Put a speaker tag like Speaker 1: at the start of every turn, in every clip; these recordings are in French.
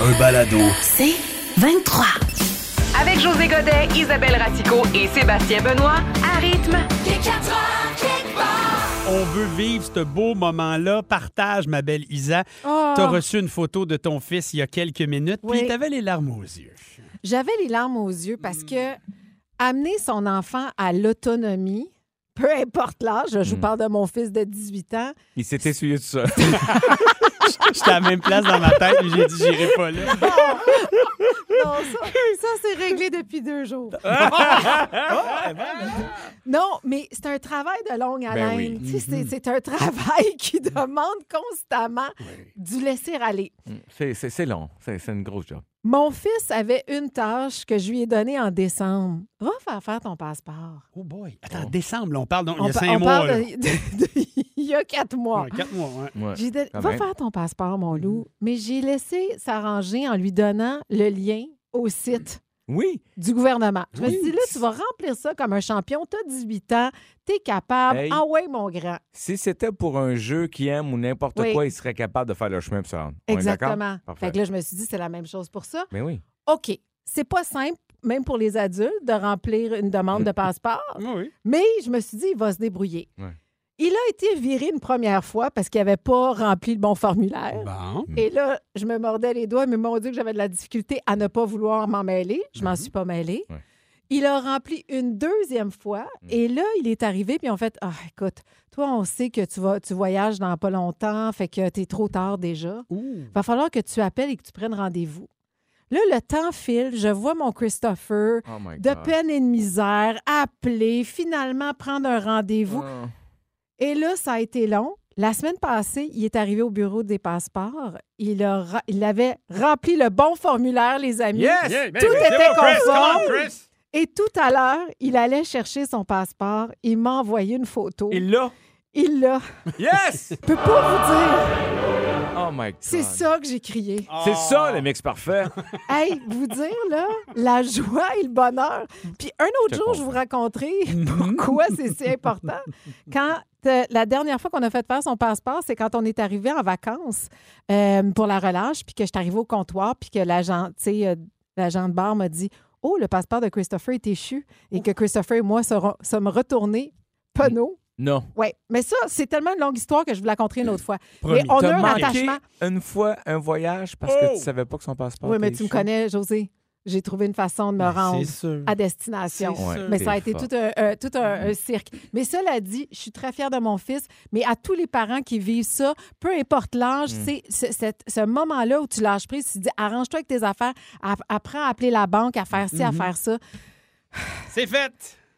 Speaker 1: Un balado.
Speaker 2: C'est 23.
Speaker 3: Avec José Godet, Isabelle Ratico et Sébastien Benoît, à rythme.
Speaker 4: On veut vivre ce beau moment-là. Partage, ma belle Isa.
Speaker 5: Oh.
Speaker 4: T'as reçu une photo de ton fils il y a quelques minutes, puis
Speaker 5: Oui.
Speaker 4: t'avais les larmes aux yeux.
Speaker 5: J'avais les larmes aux yeux parce
Speaker 4: Hmm.
Speaker 5: que amener son enfant à l'autonomie, peu importe l'âge, je vous parle de mon fils de 18 ans,
Speaker 6: Il s'est essuyé tout seul.
Speaker 4: J'étais à la même place dans ma tête, mais j'ai dit, j'irai pas là.
Speaker 5: Non, ça, ça, c'est réglé depuis deux jours.
Speaker 4: Ah,
Speaker 5: non, mais c'est un travail de longue haleine.
Speaker 6: oui.
Speaker 5: Tu sais, c'est- C'est un travail qui demande constamment du laisser aller.
Speaker 6: Mm. C'est- C'est c'est long. C'est c'est une grosse job.
Speaker 5: Mon fils avait une tâche que je lui ai donnée en décembre. Va faire faire ton passeport.
Speaker 4: Oh boy. Attends, décembre, là, on parle donc, il y a
Speaker 5: pa-
Speaker 4: cinq mois.
Speaker 5: parle
Speaker 4: là.
Speaker 5: de- de- il y a quatre mois.
Speaker 4: Ouais, quatre mois, ouais.
Speaker 6: Ouais.
Speaker 5: J'ai donné-
Speaker 6: quand
Speaker 5: Va
Speaker 6: même.
Speaker 5: faire ton passeport, mon loup. Mais j'ai laissé s'arranger en lui donnant le lien au site
Speaker 6: Oui.
Speaker 5: du gouvernement. Je me
Speaker 6: Oui.
Speaker 5: suis dit, là, tu vas remplir ça comme un champion. Tu as 18 ans, tu es capable.
Speaker 6: Hey.
Speaker 5: Ah ouais, mon grand.
Speaker 6: Si c'était pour un jeu qu'il aime ou n'importe
Speaker 5: Oui.
Speaker 6: quoi, il serait capable de faire le chemin pour se rendre. On est d'accord?
Speaker 5: Exactement.
Speaker 6: Parfait.
Speaker 5: Fait que là, je me suis dit, c'est la même chose pour ça.
Speaker 6: Mais oui.
Speaker 5: OK, c'est pas simple, même pour les adultes, de remplir une demande de passeport,
Speaker 4: Oui, oui.
Speaker 5: mais je me suis dit, il va se débrouiller.
Speaker 6: Ouais.
Speaker 5: Il a été viré une première fois parce qu'il n'avait pas rempli le bon formulaire.
Speaker 4: Bon.
Speaker 5: Et là, je me mordais les doigts, mais mon Dieu, que j'avais de la difficulté à ne pas vouloir m'en mêler. Je m'en suis pas mêlée.
Speaker 6: Mhm. Ouais. Mhm.
Speaker 5: Il a rempli une deuxième fois et là, il est arrivé puis en fait, ah écoute, toi on sait que tu vas tu voyages dans pas longtemps, fait que t'es trop tard déjà.
Speaker 4: Ouh.
Speaker 5: Va falloir que tu appelles et que tu prennes rendez-vous. Là, le temps file, je vois mon Christopher
Speaker 6: Oh my
Speaker 5: de
Speaker 6: God.
Speaker 5: peine et de misère appeler, finalement prendre un rendez-vous.
Speaker 6: Ah.
Speaker 5: Et là, ça a été long. La semaine passée, il est arrivé au bureau des passeports. Il, a ra- il avait rempli le bon formulaire, les amis.
Speaker 6: Yes!
Speaker 5: Tout était conforme. Et tout à l'heure, il allait chercher son passeport. Il m'a envoyé une photo.
Speaker 6: Il l'a.
Speaker 5: Il l'a.
Speaker 6: Yes!
Speaker 5: Je peux pas vous dire.
Speaker 6: Oh my God.
Speaker 5: C'est ça que j'ai crié.
Speaker 6: C'est
Speaker 4: Ah.
Speaker 6: ça, le mix parfait.
Speaker 5: Hey, vous dire, là, la joie et le bonheur. Puis un
Speaker 6: Je te
Speaker 5: autre
Speaker 6: Mhm.
Speaker 5: jour, je vous raconterai pourquoi c'est si important. Quand euh, la dernière fois qu'on a fait faire son passeport, c'est quand on est arrivé en vacances euh, pour la relâche, puis que je suis arrivée au comptoir, puis que l'agent, tu sais, euh, l'agent de bar m'a dit Oh, le passeport de Christopher est échu et que Christopher et moi serons- sommes retournés penauds.
Speaker 6: Non.
Speaker 5: Oui, mais ça, c'est tellement une longue histoire que je vous la raconterai une autre fois.
Speaker 4: Promis.
Speaker 5: Mais on a
Speaker 6: T'as
Speaker 5: un
Speaker 6: manqué
Speaker 5: attachement.
Speaker 6: une fois un voyage parce que tu savais pas que son passeport
Speaker 5: Oui, mais
Speaker 6: était
Speaker 5: tu me
Speaker 6: issu.
Speaker 5: connais, José. J'ai trouvé une façon de me rendre
Speaker 4: C'est sûr.
Speaker 5: à destination.
Speaker 6: Ben, C'est sûr.
Speaker 5: Mais ça a été
Speaker 6: T'es
Speaker 5: tout un, un- tout un- un cirque. Mais cela dit, je suis très fière de mon fils. Mais à tous les parents qui vivent ça, peu importe l'âge,
Speaker 6: Mm.
Speaker 5: c'est ce, cette- ce moment-là où tu lâches prise, tu te dis arrange-toi avec tes affaires, app- apprends à appeler la banque, à faire ci,
Speaker 6: Mm-hmm.
Speaker 5: à faire ça.
Speaker 4: C'est fait.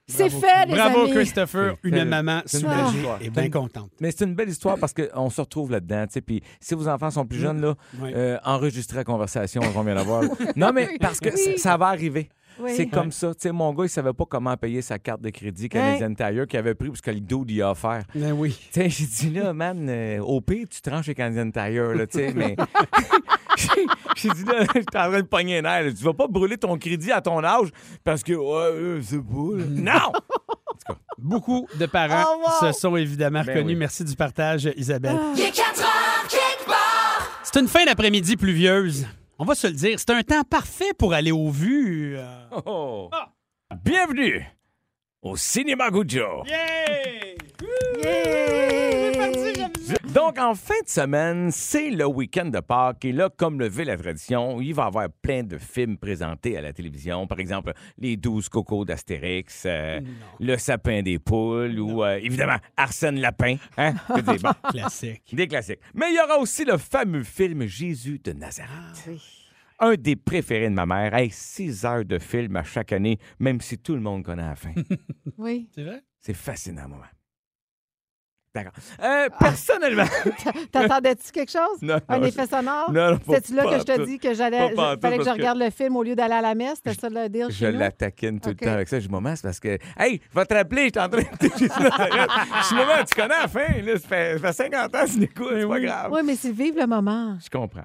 Speaker 5: C'est fait, les
Speaker 4: Bravo,
Speaker 5: amis.
Speaker 4: Christopher.
Speaker 6: C'est
Speaker 4: Une
Speaker 6: fait.
Speaker 4: maman
Speaker 6: C'est une belle
Speaker 4: soulagée
Speaker 6: histoire.
Speaker 4: et bien contente.
Speaker 6: Mais c'est une belle histoire parce qu'on se retrouve là-dedans. tu sais. Puis si vos enfants sont
Speaker 5: Mm.
Speaker 6: plus jeunes, là,
Speaker 4: Oui.
Speaker 6: euh, enregistrez la conversation qu'on vient d'avoir. non, mais parce que ça, ça va arriver.
Speaker 5: Oui.
Speaker 6: C'est comme ça. Tu sais, mon gars, il savait pas comment payer sa carte de crédit Canadian Tire qu'il avait pris parce que le dude lui a offert.
Speaker 4: Ben oui.
Speaker 6: Tu sais, J'ai dit, là, man, euh, au pire, tu tranches chez Canadian Tire, là, tu sais, mais... J'ai dit, là, je suis en train de pogner un air. Tu vas pas brûler ton crédit à ton âge parce que, ouais, euh, c'est beau, là. Non!
Speaker 4: Beaucoup de parents
Speaker 5: Oh, wow. Ah.
Speaker 4: se sont évidemment
Speaker 6: Ben
Speaker 4: reconnus.
Speaker 6: oui.
Speaker 4: Merci du partage, Isabelle. C'est une fin d'après-midi pluvieuse. On va se le dire, c'est un temps parfait pour aller aux vues. euh.
Speaker 6: Oh. Bienvenue au Cinéma Goudjo. Donc, en fin de semaine, c'est le week-end de Pâques. Et là, comme le veut la tradition, il va y avoir plein de films présentés à la télévision. Par exemple, Les 12 cocos d'Astérix, euh, Le sapin des poules ou, euh, évidemment, Arsène Lapin. Hein? Je veux dire, bon,
Speaker 4: Classique.
Speaker 6: des classiques. Mais il y aura aussi le fameux film Jésus de Nazareth. Un des préférés de ma mère. Hey, six heures de film à chaque année, même si tout le monde connaît la fin.
Speaker 5: Oui.
Speaker 4: C'est vrai?
Speaker 6: C'est fascinant, maman. d'accord. Euh, personnellement.
Speaker 5: T'attendais-tu quelque chose?
Speaker 6: Non,
Speaker 5: Un
Speaker 6: non,
Speaker 5: effet sonore?
Speaker 6: Non, non, pas-
Speaker 5: C'est-tu là
Speaker 6: pas
Speaker 5: que je
Speaker 6: en
Speaker 5: te
Speaker 6: tout.
Speaker 5: dis que
Speaker 6: Pas
Speaker 5: j'allais.
Speaker 6: en tout,
Speaker 5: je- Fallait que je
Speaker 6: parce que-
Speaker 5: regarde le film au lieu d'aller à la messe? C'était ça le deal
Speaker 6: Je
Speaker 5: chez nous?
Speaker 6: la taquine tout
Speaker 5: OK.
Speaker 6: le temps avec ça. Je dis, maman, c'est parce que. Hey, je vais te rappeler, je suis en train de. Je dis, maman, tu connais la fin, là. Ça fait, ça fait 50 ans que tu l'écoutes, c'est pas grave.
Speaker 5: Ben Oui, mais c'est vivre le moment.
Speaker 6: Je comprends.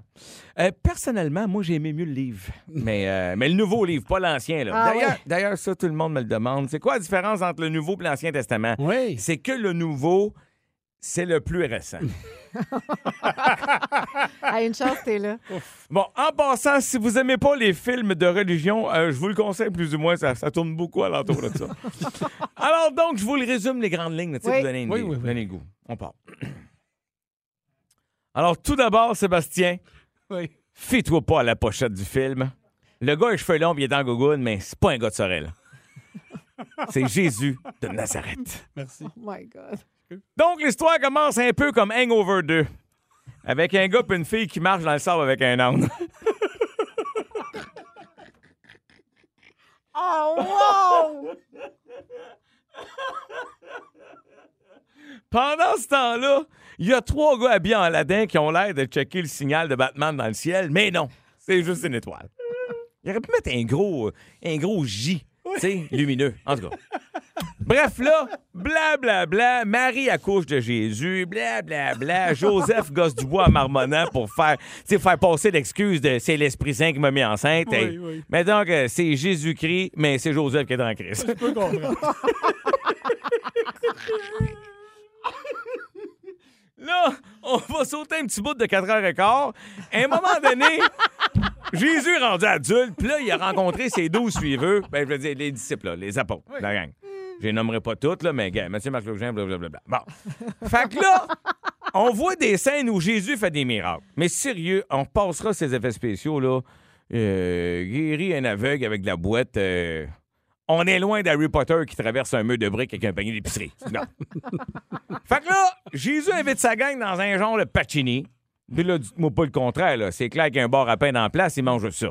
Speaker 6: Euh, personnellement, moi, j'ai aimé mieux le livre. Mais, euh, mais le nouveau livre, pas l'ancien. là.
Speaker 5: Ah
Speaker 6: D'ailleurs,
Speaker 5: ouais.
Speaker 6: d'ailleurs, ça, tout le monde me le demande. C'est quoi la différence entre le nouveau et l'Ancien Testament?
Speaker 4: Oui.
Speaker 6: C'est que le nouveau, c'est le plus récent.
Speaker 5: À une chance, t'es là.
Speaker 6: bon, en passant, si vous aimez pas les films de religion, euh, je vous le conseille plus ou moins. Ça, ça tourne beaucoup alentour de ça. Alors donc, je vous le résume, les grandes lignes, là, tu sais,
Speaker 5: Oui.
Speaker 6: pour donner une
Speaker 4: Oui,
Speaker 6: idée,
Speaker 4: oui, oui.
Speaker 6: donner le goût. On part. Alors, tout d'abord, Sébastien,
Speaker 4: Oui.
Speaker 6: Fais-toi pas à la pochette du film. Le gars à cheveux longs, il est en gogoune, mais c'est pas un gars de Sorel. C'est Jésus de Nazareth.
Speaker 4: Merci.
Speaker 5: Oh my God.
Speaker 6: Donc, l'histoire commence un peu comme Hangover 2. Avec un gars et une fille qui marche dans le sable avec un âne.
Speaker 5: Oh, wow!
Speaker 6: Pendant ce temps-là, il y a trois gars habillés en ladin qui ont l'air de checker le signal de Batman dans le ciel, mais non, c'est juste une étoile. Il aurait pu mettre un gros, euh, un gros J, tu sais, lumineux, en tout cas. Bref, là, blablabla, bla, bla, Marie accouche de Jésus, blablabla, bla, bla, Joseph gosse du bois en marmonnant pour faire, tu sais, faire passer l'excuse de c'est l'Esprit Saint qui m'a mis enceinte.
Speaker 4: Oui,
Speaker 6: Hey,
Speaker 4: oui.
Speaker 6: Mais donc, euh, c'est Jésus-Christ, mais c'est Joseph qui est en Christ.
Speaker 4: Je peux comprendre.
Speaker 6: Là, on va sauter un petit bout de 4h15. À un moment donné, Jésus est rendu adulte, puis là, il a rencontré ses 12 suiveurs. Ben, je veux dire, les disciples, là, les apôtres, la gang. Je les nommerai pas toutes, là, mais gars, Mathieu, Marc, Luc, Jean, blablabla. Bon. Fait que là, on voit des scènes où Jésus fait des miracles. Mais sérieux, on passera ces effets spéciaux, là. Euh, guérit un aveugle avec de la boîte. euh, on est loin d'Harry Potter qui traverse un mur de briques avec un panier d'épicerie. Non. Fait que là, Jésus invite sa gang dans un genre de pacini. Puis là, dites-moi pas le contraire, là. C'est clair qu'un bar à pain en place, il mange ça.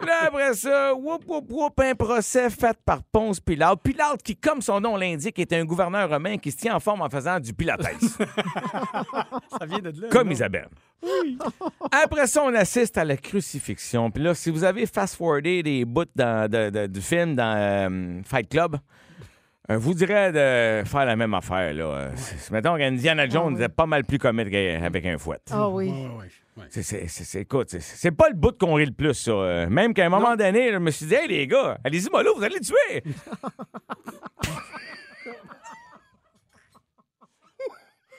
Speaker 6: là, après ça, whoop, whoop, whoop, un procès fait par Ponce Pilate. Pilate, qui, comme son nom l'indique, est un gouverneur romain qui se tient en forme en faisant du pilates.
Speaker 4: Ça vient de là.
Speaker 6: Comme
Speaker 4: non?
Speaker 6: Isabelle. Après ça, on assiste à la crucifixion. Puis là, si vous avez fast-forwardé des bouts dans- de- de- du film dans euh, Fight Club, euh, vous direz de faire la même affaire. Là. Euh, c'est- c'est- Mettons qu'Indiana Jones était pas mal plus comique qu'un- avec un fouet.
Speaker 5: Ah oui.
Speaker 4: Ouais, ouais, ouais.
Speaker 6: C'est- C'est c'est- c'est- écoute, c'est- c'est pas le bout qu'on rit le plus, ça. Euh, Même qu'à un moment donné, je me suis dit, hey les gars, allez-y, mollo, vous allez le tuer.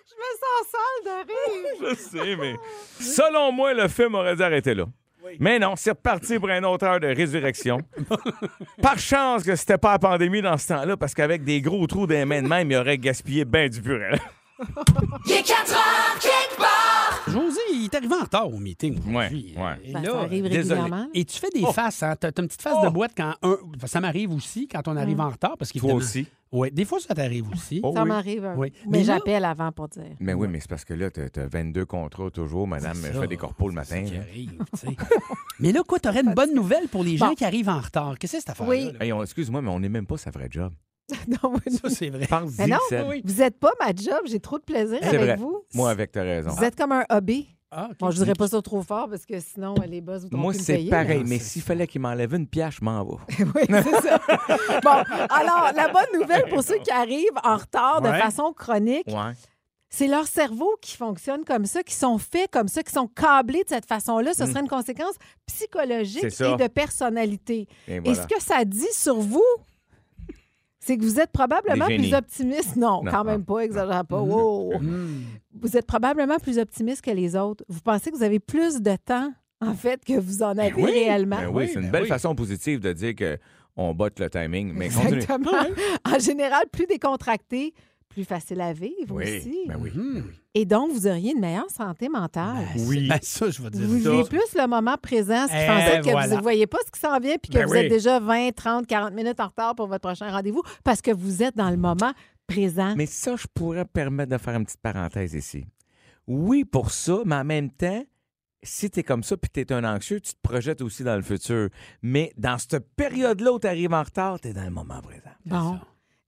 Speaker 5: Je me sens sale de rire.
Speaker 6: Je sais, mais selon moi, le film aurait dû arrêter là. Mais non, c'est reparti pour un autre heure de résurrection. Par chance que c'était pas la pandémie dans ce temps-là, parce qu'avec des gros trous dans les mains de même, il aurait gaspillé ben du purel.
Speaker 4: José, il est arrivé en retard au meeting aujourd'hui. Euh,
Speaker 6: Ouais, ouais.
Speaker 4: Et
Speaker 5: Ben,
Speaker 4: là, euh,
Speaker 5: ça arrive Oh.
Speaker 6: désolé.
Speaker 5: régulièrement.
Speaker 4: Et tu fais des faces, hein? T'as t'as une petite face de boîte quand un. Ça m'arrive aussi quand on
Speaker 5: Mm.
Speaker 4: arrive en retard parce qu'il
Speaker 6: Toi aussi.
Speaker 4: Oui, des fois ça t'arrive aussi.
Speaker 6: Oh
Speaker 5: Ça
Speaker 6: oui.
Speaker 5: m'arrive. un-
Speaker 4: Oui.
Speaker 5: Mais
Speaker 4: Mais là-
Speaker 5: j'appelle avant pour dire.
Speaker 6: Mais oui, mais c'est parce que là, t'as t'as 22 contrats toujours, madame.
Speaker 4: C'est
Speaker 6: Ben, Je
Speaker 4: ça.
Speaker 6: fais des corpos le
Speaker 4: C'est
Speaker 6: matin.
Speaker 4: ça qui
Speaker 6: là.
Speaker 4: arrive, tu sais. Mais là, quoi, t'aurais une bonne nouvelle pour les gens
Speaker 5: Bon.
Speaker 4: qui arrivent en retard. Qu'est-ce que c'est cette affaire-là?
Speaker 5: Oui.
Speaker 4: là?
Speaker 6: Hey, on- Excuse-moi, mais on n'est même pas sa vraie job.
Speaker 5: Non, oui, non.
Speaker 4: Ça, c'est vrai.
Speaker 6: Pense-y,
Speaker 5: Mais non,
Speaker 6: Seb.
Speaker 5: vous n'êtes pas ma job. J'ai trop de plaisir
Speaker 6: C'est
Speaker 5: avec
Speaker 6: vrai.
Speaker 5: vous.
Speaker 6: Moi, avec, t'as raison.
Speaker 5: Vous êtes comme un hobby.
Speaker 4: Ah, OK.
Speaker 5: Bon, je dirais pas ça trop fort parce que sinon, euh, les boss vous
Speaker 6: Moi,
Speaker 5: plus me
Speaker 6: Ah, c'est
Speaker 5: payer,
Speaker 6: pareil,
Speaker 4: là.
Speaker 6: mais s'il fallait qu'il m'enlève une pièce, je m'en vais.
Speaker 5: Oui, c'est ça. bon, alors, la bonne nouvelle pour ceux qui arrivent en retard de
Speaker 4: Ouais.
Speaker 5: façon chronique,
Speaker 6: Ouais.
Speaker 5: c'est leur cerveau qui fonctionne comme ça, qui sont faits comme ça, qui sont câblés de cette façon-là. Ce serait une conséquence psychologique
Speaker 6: Hmm. C'est ça.
Speaker 5: et de personnalité.
Speaker 6: Et
Speaker 5: Et,
Speaker 6: voilà.
Speaker 5: ce que ça dit sur vous, c'est que vous êtes probablement
Speaker 6: Des génies.
Speaker 5: plus optimiste. Non,
Speaker 6: Non,
Speaker 5: quand même pas, exagère pas. Wow.
Speaker 4: Hmm.
Speaker 5: Vous êtes probablement plus optimiste que les autres. Vous pensez que vous avez plus de temps, en fait, que vous en avez réellement.
Speaker 6: Ben oui, c'est une
Speaker 4: ben
Speaker 6: belle
Speaker 4: oui.
Speaker 6: façon positive de dire que on botte le timing. Mais continue.
Speaker 5: Exactement. En général, plus décontracté, plus facile à vivre aussi.
Speaker 6: ben oui.
Speaker 5: Et donc, vous auriez une meilleure santé mentale.
Speaker 4: Oui. Ben, ça, je vais te
Speaker 5: Vous
Speaker 4: dire
Speaker 5: vivez
Speaker 4: ça.
Speaker 5: plus le moment présent, ce qui
Speaker 4: Eh,
Speaker 5: fait en sorte que
Speaker 4: voilà.
Speaker 5: vous ne voyez pas ce qui s'en vient puis que
Speaker 4: Ben
Speaker 5: vous
Speaker 4: oui.
Speaker 5: êtes déjà 20, 30, 40 minutes en retard pour votre prochain rendez-vous parce que vous êtes dans le moment présent.
Speaker 6: Mais ça, je pourrais me permettre de faire une petite parenthèse ici. Oui, pour ça, mais en même temps, si t'es comme ça puis t'es un anxieux, tu te projettes aussi dans le futur. Mais dans cette période-là où t'arrives en retard, t'es dans le moment présent.
Speaker 5: Bon.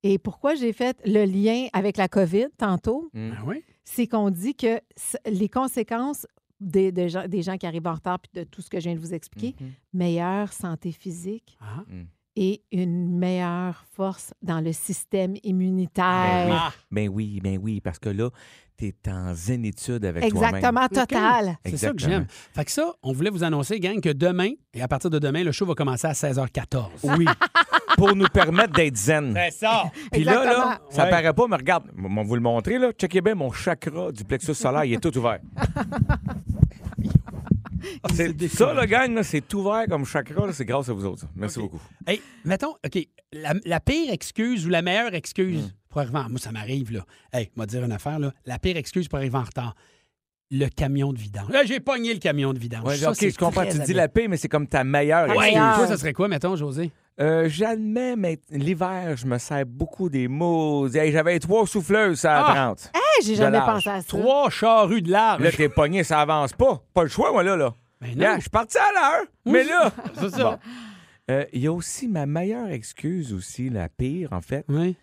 Speaker 5: Et pourquoi j'ai fait le lien avec la COVID tantôt,
Speaker 6: Mm.
Speaker 4: Ah oui?
Speaker 5: c'est qu'on dit que c- les conséquences des, des gens, des gens qui arrivent en retard puis de tout ce que je viens de vous expliquer,
Speaker 6: Mm-hmm.
Speaker 4: Mm-hmm.
Speaker 5: meilleure santé physique
Speaker 4: Ah.
Speaker 6: Mm.
Speaker 5: et une meilleure force dans le système immunitaire.
Speaker 6: Ben oui.
Speaker 4: Ah.
Speaker 6: Ben oui, ben oui, parce que là, t'es en zénitude avec toi-même.
Speaker 5: Exactement, total.
Speaker 4: C'est ça que
Speaker 6: Exactement.
Speaker 4: j'aime. Fait que ça, on voulait vous annoncer, gang, que demain, et à partir de demain, le show va commencer à 16h14.
Speaker 6: Oui. Pour nous permettre d'être zen.
Speaker 4: C'est ça!
Speaker 6: Puis là, là,
Speaker 5: Exactement.
Speaker 6: ça
Speaker 4: Ouais.
Speaker 6: paraît pas, mais regarde, m- m- on vous le montrer, là. Checkez bien mon chakra du plexus solaire, il est tout ouvert. c'est ça, le gang, là, c'est ouvert comme chakra, là, c'est grâce à vous autres. ça. Merci beaucoup.
Speaker 4: Hey, mettons, OK, la, la pire excuse ou la meilleure excuse
Speaker 6: Hmm.
Speaker 4: pour arriver en... Moi, ça m'arrive, là. Hey, moi, dire une affaire, là. La pire excuse pour arriver en retard, le camion de vidange. Là, j'ai pogné le camion de vidange.
Speaker 6: Ouais,
Speaker 4: Ça,
Speaker 6: OK,
Speaker 4: c'est
Speaker 6: je comprends,
Speaker 4: très
Speaker 6: tu dis
Speaker 4: habile.
Speaker 6: la paix, mais c'est comme ta meilleure
Speaker 4: Ouais,
Speaker 6: excuse.
Speaker 4: toi, ça serait quoi, mettons, José?
Speaker 6: Euh, J'admets, mais l'hiver, je me sers beaucoup des mots. Hey, J'avais trois souffleuses à
Speaker 4: Ah!
Speaker 6: 30.
Speaker 5: Hey, j'ai
Speaker 6: de
Speaker 5: jamais
Speaker 6: large.
Speaker 5: pensé à Ah, ça.
Speaker 4: Trois charrues de large.
Speaker 6: Là, t'es pogné, ça avance pas. Pas le choix, moi, là. là.
Speaker 4: Mais non.
Speaker 6: Là, je suis parti à l'heure, mais là...
Speaker 4: C'est ça.
Speaker 6: Euh, Il y a aussi ma meilleure excuse, aussi, la pire, en fait,
Speaker 4: Oui.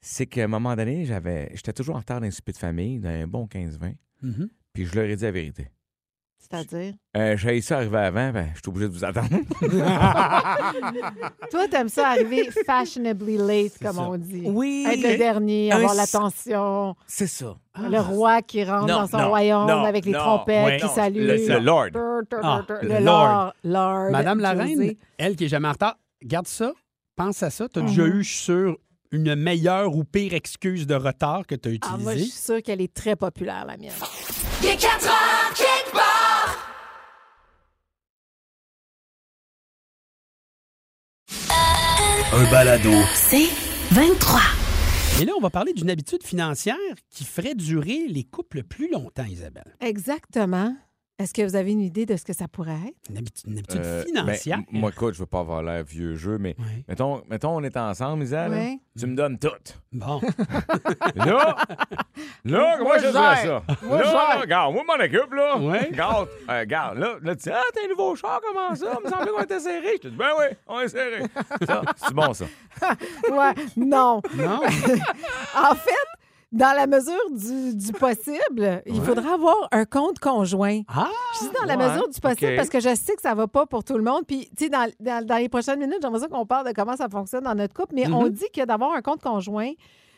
Speaker 6: c'est qu'à un moment donné, j'avais, j'étais toujours en retard d'un souper de famille, d'un bon 15-20,
Speaker 5: Mm-hmm.
Speaker 4: Mhm.
Speaker 6: puis je leur ai dit la vérité.
Speaker 5: C'est-à-dire,
Speaker 6: Euh, j'ai ça arriver avant, ben, je suis obligé de vous attendre.
Speaker 5: toi, t'aimes ça arriver fashionably late, comme on dit.
Speaker 6: Oui.
Speaker 5: Être le dernier, avoir
Speaker 6: Un-
Speaker 5: l'attention,
Speaker 6: C'est ça.
Speaker 5: le roi qui rentre
Speaker 6: Non,
Speaker 5: dans son
Speaker 6: non,
Speaker 5: royaume
Speaker 6: non,
Speaker 5: avec les
Speaker 6: non,
Speaker 5: trompettes
Speaker 6: ouais,
Speaker 5: qui
Speaker 6: non,
Speaker 5: saluent.
Speaker 6: le- le Lord.
Speaker 5: Tur, tur,
Speaker 4: Ah,
Speaker 5: tur, tur.
Speaker 6: le
Speaker 5: le Lord. Lord.
Speaker 4: Madame la
Speaker 5: José.
Speaker 4: reine, elle qui est jamais en retard, garde ça, pense à ça. T'as déjà
Speaker 5: Mhm.
Speaker 4: eu, je suis sûr, une meilleure ou pire excuse de retard que t'as
Speaker 5: Ah, moi, je suis
Speaker 4: utilisée.
Speaker 5: sûre qu'elle est très populaire, la mienne.
Speaker 1: Un balado.
Speaker 2: C'est 23.
Speaker 4: Et là, on va parler d'une habitude financière qui ferait durer les couples plus longtemps, Isabelle.
Speaker 5: Exactement. Est-ce que vous avez une idée de ce que ça pourrait être?
Speaker 4: Une habitude, une habitude
Speaker 6: Euh,
Speaker 4: financière.
Speaker 6: ben, m- moi, Ben. écoute, je veux pas avoir l'air vieux jeu, mais
Speaker 4: Ouais.
Speaker 6: mettons, mettons, on est ensemble, Isa, là.
Speaker 5: Ouais.
Speaker 6: tu me donnes tout.
Speaker 4: Bon.
Speaker 6: Là, là, comment
Speaker 5: Moi,
Speaker 6: je
Speaker 5: je
Speaker 6: fais ça?
Speaker 5: gère. Moi,
Speaker 6: là,
Speaker 5: je gère.
Speaker 6: là, regarde, moi, mon équipe, là.
Speaker 4: Ouais.
Speaker 6: Regarde, euh, regarde, là, là, tu dis, ah, t'as un nouveau char, comment ça? Il me semblait qu'on était serré. Je te dis, ben oui, on est serré. Ça, c'est bon, ça.
Speaker 5: Ouais, non.
Speaker 4: Non.
Speaker 5: En fait, dans la mesure du, du possible, il faudra avoir un compte conjoint.
Speaker 4: Ah!
Speaker 5: Je dis dans la
Speaker 6: Ouais,
Speaker 5: mesure du possible
Speaker 6: ok.
Speaker 5: parce que je sais que ça va pas pour tout le monde. Puis, tu sais, dans, dans- dans les prochaines minutes, j'aimerais ça qu'on parle de comment ça fonctionne dans notre couple. Mais on dit que d'avoir un compte conjoint,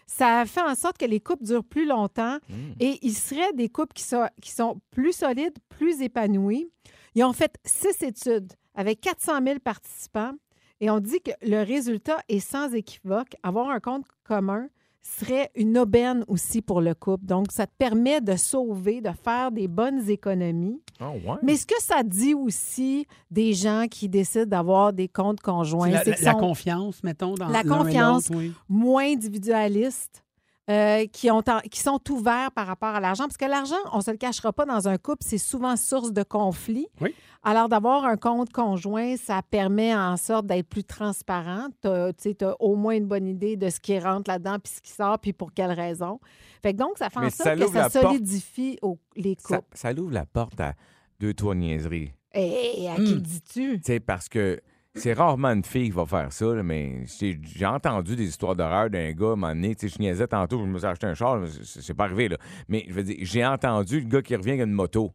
Speaker 5: ça fait en sorte que les couples durent plus longtemps et il serait des couples qui sont, qui sont plus solides, plus épanouis. Ils ont fait six études avec 400 000 participants et on dit que le résultat est sans équivoque. Avoir un compte commun serait une aubaine aussi pour le couple. Donc, ça te permet de sauver, de faire des bonnes économies.
Speaker 6: Oh, ouais.
Speaker 5: Mais ce que ça dit aussi des gens qui décident d'avoir des comptes conjoints,
Speaker 4: la,
Speaker 5: c'est
Speaker 4: la-
Speaker 5: qu'ils
Speaker 4: la
Speaker 5: sont
Speaker 4: confiance, mettons, dans l'un et
Speaker 5: La
Speaker 4: l'autre,
Speaker 5: confiance.
Speaker 4: oui.
Speaker 5: moins individualistes, euh, qui, ont en- qui sont ouverts par rapport à l'argent. Parce que l'argent, on ne se le cachera pas dans un couple, c'est souvent source de conflits.
Speaker 4: Oui.
Speaker 5: Alors, d'avoir un compte conjoint, ça permet en sorte d'être plus transparent. Tu as au moins une bonne idée de ce qui rentre là-dedans, puis ce qui sort, puis pour quelle raison. Fait que donc, ça fait
Speaker 6: Mais
Speaker 5: en
Speaker 6: ça
Speaker 5: sorte que
Speaker 6: l'ouvre la
Speaker 5: ça
Speaker 6: porte.
Speaker 5: solidifie au- les
Speaker 6: Ça,
Speaker 5: couples.
Speaker 6: ça l'ouvre la porte à deux, trois niaiseries.
Speaker 5: Et eh, à qui
Speaker 4: Hmm.
Speaker 5: dis-tu?
Speaker 6: Tu sais, parce que c'est rarement une fille qui va faire ça, là, mais j'ai j'ai entendu des histoires d'horreur d'un gars, à un moment donné. Tu sais, je niaisais tantôt, je me suis acheté un char, mais c'est c'est pas arrivé, là. Mais je veux dire, j'ai entendu le gars qui revient avec une moto.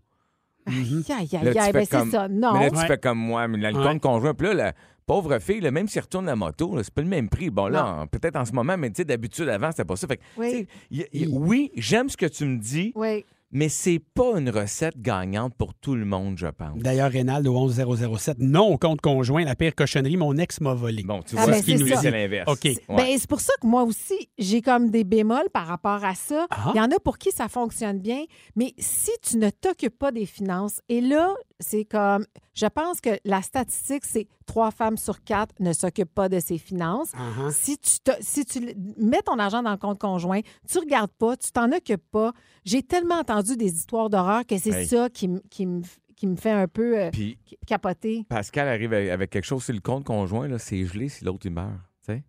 Speaker 5: Aïe,
Speaker 6: Mhm. Là,
Speaker 5: aïe,
Speaker 6: tu
Speaker 5: aïe,
Speaker 6: fais
Speaker 5: ben, c'est
Speaker 6: comme-
Speaker 5: ça. Non.
Speaker 6: Mais là, tu
Speaker 4: Ouais.
Speaker 6: fais comme moi, mais là, le
Speaker 4: Ouais.
Speaker 6: compte conjoint. Puis là, la pauvre fille, là, même si elle retourne la moto, là, c'est pas le même prix. Bon, là, en- peut-être en ce moment, mais tu sais, d'habitude, avant, c'était pas ça. Fait que,
Speaker 5: Oui.
Speaker 6: tu sais, y- y- oui, j'aime ce que tu me dis,
Speaker 5: Oui.
Speaker 6: mais c'est pas une recette gagnante pour tout le monde, je pense.
Speaker 4: D'ailleurs, Rénaldo 11007, non au compte conjoint, la pire cochonnerie, mon ex m'a volé.
Speaker 6: Bon, tu
Speaker 5: Ah,
Speaker 6: vois,
Speaker 5: ben,
Speaker 6: ce qu'il
Speaker 5: c'est
Speaker 6: nous dit,
Speaker 5: ça.
Speaker 6: c'est l'inverse.
Speaker 4: OK.
Speaker 6: Ouais.
Speaker 5: Ben, c'est pour ça que moi aussi, j'ai comme des bémols par rapport à ça.
Speaker 4: Ah.
Speaker 5: Il y en a pour qui ça fonctionne bien, mais si tu ne t'occupes pas des finances, et là, c'est comme, je pense que la statistique, c'est trois femmes sur quatre ne s'occupent pas de ses finances.
Speaker 6: Ah.
Speaker 4: Uh-huh.
Speaker 5: Si tu, te- si tu le- mets ton argent dans le compte conjoint, tu regardes pas, tu t'en occupes pas. J'ai tellement entendu des histoires d'horreur que c'est
Speaker 6: Hey.
Speaker 5: ça qui, me- qui, me- qui me fait un peu euh,
Speaker 6: Puis
Speaker 5: capoter.
Speaker 6: Pascal arrive avec avec quelque chose, c'est le compte conjoint, là, c'est gelé si l'autre il meurt. tu sais.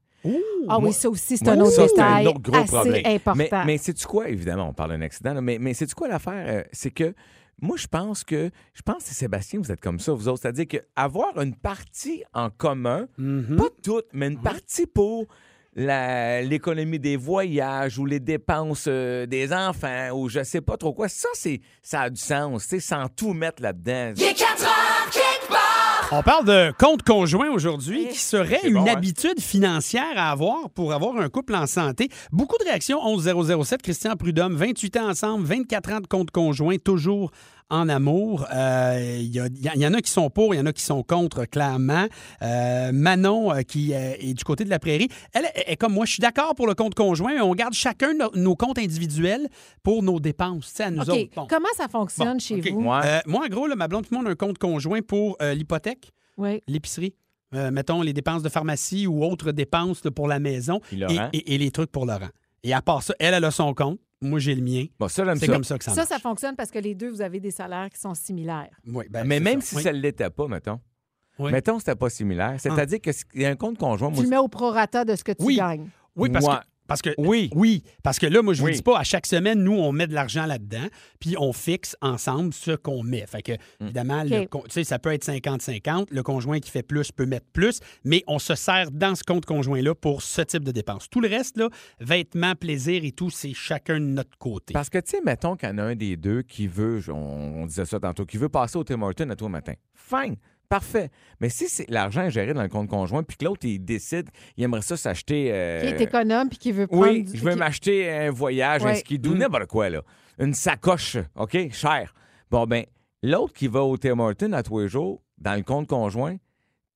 Speaker 6: Moi-
Speaker 5: Ah oui, ça aussi, c'est
Speaker 6: Moi,
Speaker 5: un autre
Speaker 6: ça, c'est
Speaker 5: détail
Speaker 6: un autre gros
Speaker 5: assez
Speaker 6: problème.
Speaker 5: important.
Speaker 6: Mais, mais c'est-tu quoi? Évidemment, on parle d'un accident, là, mais, mais c'est-tu quoi l'affaire? Euh, c'est que moi, je pense que, je pense que Sébastien, vous êtes comme ça, vous autres. C'est-à-dire qu'avoir une partie en commun,
Speaker 4: Mhm.
Speaker 6: pas toute, mais une partie pour la- l'économie des voyages ou les dépenses euh, des enfants ou je sais pas trop quoi. Ça, c'est ça a du sens, tu sais, sans tout mettre là-dedans.
Speaker 4: On parle de compte conjoint aujourd'hui qui serait
Speaker 6: C'est
Speaker 4: une
Speaker 6: bon, hein?
Speaker 4: habitude financière à avoir pour avoir un couple en santé. Beaucoup de réactions 11007 Christian Prudhomme 28 ans ensemble, 24 ans de compte conjoint toujours en amour. Euh, Il y, a- il y a- il y en a qui sont pour, il y en a qui sont contre, clairement. Euh, Manon, euh, qui euh, est du côté de la prairie, elle elle est comme moi, je suis d'accord pour le compte conjoint, mais on garde chacun no- nos comptes individuels pour nos dépenses, tu sais, à nous
Speaker 5: OK.
Speaker 4: autres. Bon.
Speaker 5: Comment ça fonctionne
Speaker 4: Bon,
Speaker 5: chez
Speaker 4: OK.
Speaker 5: vous?
Speaker 6: Ouais.
Speaker 4: Euh, moi, en gros, là, ma blonde, tout le monde a un compte conjoint pour euh, l'hypothèque
Speaker 5: Oui.
Speaker 4: l'épicerie. Euh, mettons les dépenses de pharmacie ou autres dépenses là, pour la maison
Speaker 6: Puis
Speaker 4: et,
Speaker 6: Laurent.
Speaker 4: et- et les trucs pour Laurent. Et à part ça, elle, elle a son compte. Moi, j'ai le mien.
Speaker 6: Bon, ça, j'aime
Speaker 4: C'est
Speaker 6: ça.
Speaker 4: comme ça que ça
Speaker 5: Ça,
Speaker 4: marche.
Speaker 5: ça fonctionne parce que les deux, vous avez des salaires qui sont similaires.
Speaker 4: Oui, ben,
Speaker 6: Mais
Speaker 4: c'est
Speaker 6: même
Speaker 4: ça.
Speaker 6: si
Speaker 4: Oui.
Speaker 6: ça ne l'était pas, mettons.
Speaker 4: Oui. Ah.
Speaker 6: Mettons, c'était pas similaire. C'est-à-dire que qu'il y a un compte conjoint,
Speaker 5: Tu
Speaker 6: moi,
Speaker 5: le mets au prorata de ce que tu
Speaker 4: Oui.
Speaker 5: gagnes.
Speaker 4: Oui, parce,
Speaker 6: Ouais.
Speaker 4: que, parce que...
Speaker 6: Oui.
Speaker 4: Oui, parce que là, moi, je vous
Speaker 6: Oui.
Speaker 4: dis pas, à chaque semaine, nous, on met de l'argent là-dedans, puis on fixe ensemble ce qu'on met. Fait
Speaker 6: Mm.
Speaker 4: que, évidemment, le
Speaker 5: OK.
Speaker 4: con- tu sais, ça peut être 50-50. Le conjoint qui fait plus peut mettre plus, mais on se sert dans ce compte conjoint-là pour ce type de dépenses. Tout le reste, là, vêtements, plaisir et tout, c'est chacun de notre côté.
Speaker 6: Parce que, tu sais, mettons qu'il y en a un des deux qui veut, je- on, on disait ça tantôt, qui veut passer au Tim Hortons à toi matin. Fine. Parfait. Mais si c'est- l'argent est géré dans le compte conjoint, puis que l'autre, il décide, il aimerait ça s'acheter. euh,
Speaker 5: Qui est économe puis qui veut prendre.
Speaker 6: oui,
Speaker 5: du-
Speaker 6: je veux
Speaker 5: qui-
Speaker 6: m'acheter un voyage, un
Speaker 5: Ouais.
Speaker 6: ski
Speaker 4: Mm.
Speaker 6: doux, n'importe quoi, là. Une sacoche, OK, cher. Bon, ben, l'autre qui va au Tim Hortons à tous les jours, dans le compte conjoint,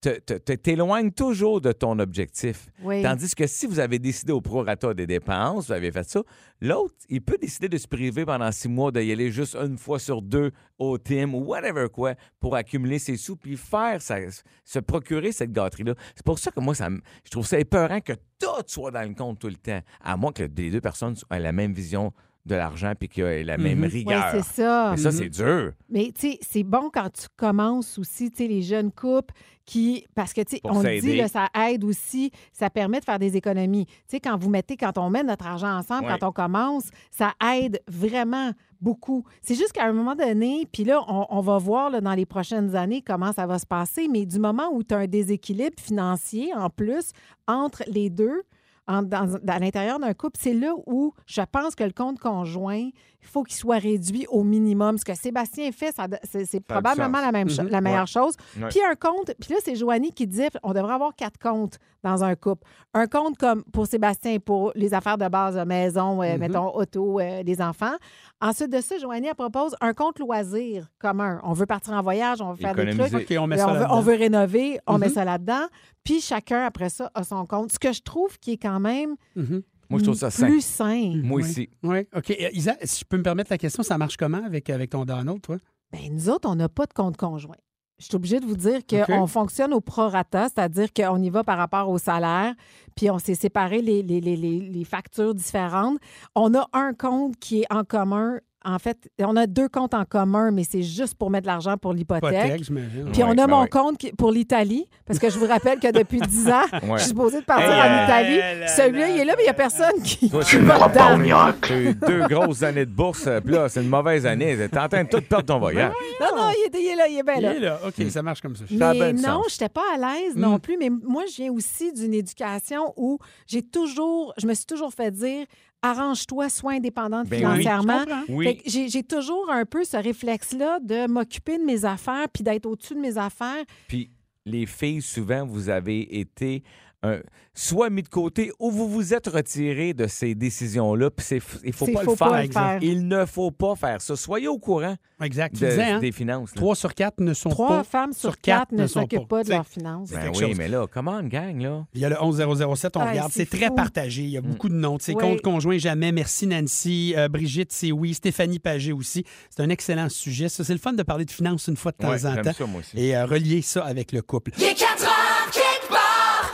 Speaker 6: te- te- te- t'éloigne toujours de ton objectif.
Speaker 5: Oui.
Speaker 6: Tandis que si vous avez décidé au prorata des dépenses, vous avez fait ça, l'autre, il peut décider de se priver pendant six mois, d'y aller juste une fois sur deux au team ou whatever quoi, pour accumuler ses sous puis faire sa- se procurer cette gâterie-là. C'est pour ça que moi, ça, me- je trouve ça épeurant que tout soit dans le compte tout le temps, à moins que les deux personnes aient la même vision de l'argent puis qu'il y ait la même
Speaker 5: Oui,
Speaker 6: rigueur.
Speaker 5: Mhm. c'est ça. Mm. Mhm.
Speaker 6: Mais ça, c'est dur.
Speaker 5: Mais tu sais, c'est bon quand tu commences aussi, tu sais, les jeunes couples qui, parce que tu sais,
Speaker 6: Pour
Speaker 5: on le
Speaker 6: s'aider.
Speaker 5: dit, là, ça aide aussi, ça permet de faire des économies. Tu sais, quand vous mettez, quand on met notre argent ensemble,
Speaker 6: Ouais.
Speaker 5: quand on commence, ça aide vraiment beaucoup. C'est juste qu'à un moment donné, puis là, on, on va voir là, dans les prochaines années comment ça va se passer, mais du moment où tu as un déséquilibre financier en plus entre les deux, en- dans- dans- à l'intérieur d'un couple, c'est là où je pense que le compte conjoint, il faut qu'il soit réduit au minimum. Ce que Sébastien fait, ça- c'est c'est
Speaker 6: Ça a du
Speaker 5: probablement
Speaker 6: sens.
Speaker 5: la, même cho-
Speaker 6: Mhm.
Speaker 5: la meilleure
Speaker 6: Ouais.
Speaker 5: chose.
Speaker 6: Ouais.
Speaker 5: Puis un compte, puis là, c'est Joanie qui dit on devrait avoir quatre comptes dans un couple. Un compte comme pour Sébastien, pour les affaires de base, euh, maison,
Speaker 6: Mhm.
Speaker 5: euh, mettons, auto, euh, les enfants. Ensuite de ça, Joanie, elle propose un compte loisir commun. On veut partir en voyage, on veut faire des
Speaker 6: Économiser.
Speaker 5: trucs.
Speaker 4: OK, on met
Speaker 5: Mais
Speaker 4: ça
Speaker 5: on, veut,
Speaker 4: là-dedans.
Speaker 5: on veut rénover, on met
Speaker 4: Mhm.
Speaker 5: ça là-dedans. Puis chacun, après ça, a son compte. Ce que je trouve qui est quand même
Speaker 4: Mhm.
Speaker 6: Moi, je trouve ça sain.
Speaker 5: plus sain.
Speaker 6: Moi
Speaker 4: Oui.
Speaker 6: aussi.
Speaker 4: Oui, OK. Euh, Isa, si je peux me permettre la question, ça marche comment avec, avec ton Donald, toi?
Speaker 5: Ben, nous autres, on n'a pas de compte conjoint. Je suis obligée de vous dire qu'on
Speaker 4: OK.
Speaker 5: fonctionne au prorata, c'est-à-dire qu'on y va par rapport au salaire, puis on s'est séparé les, les- les- les- les factures différentes. On a un compte qui est en commun. En fait, on a deux comptes en commun, mais c'est juste pour mettre de l'argent pour l'hypothèque.
Speaker 4: Hypothèque, j'imagine.
Speaker 5: Puis
Speaker 6: Ouais,
Speaker 5: on a
Speaker 6: ben
Speaker 5: mon
Speaker 6: ouais.
Speaker 5: compte qui- pour l'Italie, parce que je vous rappelle que depuis 10 ans,
Speaker 6: Ouais.
Speaker 5: je suis supposée de partir
Speaker 6: Hey,
Speaker 5: en
Speaker 6: euh,
Speaker 5: Italie. Celui-là, il est là, mais il n'y a personne qui,
Speaker 6: Toi,
Speaker 5: qui
Speaker 6: c'est
Speaker 5: va dedans.
Speaker 6: T'as eu deux grosses années de bourse, euh, puis là, c'est une mauvaise année. T'es en train de tout
Speaker 5: Ben
Speaker 6: perdre ton voyage.
Speaker 5: Non, non, il est, il est là, il est bien
Speaker 4: Il
Speaker 5: là.
Speaker 4: est là. OK, ça marche comme ça.
Speaker 6: Ça a
Speaker 5: Mais
Speaker 6: bien du
Speaker 5: non,
Speaker 6: sens. Hmm.
Speaker 5: je n'étais pas à l'aise non plus. Mais moi, je viens aussi d'une éducation où j'ai toujours, je me suis toujours fait dire, arrange-toi, sois indépendante
Speaker 6: Ben oui,
Speaker 5: financièrement.
Speaker 4: je comprends.
Speaker 6: Oui.
Speaker 5: Fait que j'ai j'ai toujours un peu ce réflexe-là de m'occuper de mes affaires puis d'être au-dessus de mes affaires.
Speaker 6: Puis les filles, souvent, vous avez été euh, soit mis de côté ou vous vous êtes retiré de ces décisions-là. Puis c'est f- il faut
Speaker 5: C'est-
Speaker 6: pas
Speaker 5: faut
Speaker 6: le faire.
Speaker 5: pas le faire.
Speaker 6: Il ne faut pas faire ça. Soyez au courant
Speaker 4: Exact. Tu
Speaker 6: de-
Speaker 4: disais, hein?
Speaker 6: des finances. là.
Speaker 4: 3 sur 4 ne sont
Speaker 5: Trois
Speaker 4: pas.
Speaker 5: femmes sur,
Speaker 4: sur
Speaker 5: quatre,
Speaker 4: quatre
Speaker 5: ne
Speaker 4: ne sont pas.
Speaker 5: s'occupent pas de
Speaker 4: T'sais,
Speaker 5: leurs finances.
Speaker 6: Ben
Speaker 4: quelque
Speaker 6: oui,
Speaker 4: chose.
Speaker 6: mais là, comment on gang, là?
Speaker 4: Il y a le 11007, on
Speaker 5: Ah,
Speaker 4: regarde.
Speaker 5: c'est
Speaker 4: C'est très
Speaker 5: fou.
Speaker 4: partagé. Il y a beaucoup de noms. C'est
Speaker 5: Oui.
Speaker 4: compte conjoint, jamais. Merci, Nancy. Euh, Brigitte, c'est oui. Stéphanie Pagé aussi. C'est un excellent sujet. Ça, c'est le fun de parler de finances une fois de temps
Speaker 6: Ouais,
Speaker 4: en
Speaker 6: j'aime
Speaker 4: temps.
Speaker 6: ça, moi aussi.
Speaker 4: Et euh, relier ça avec le couple.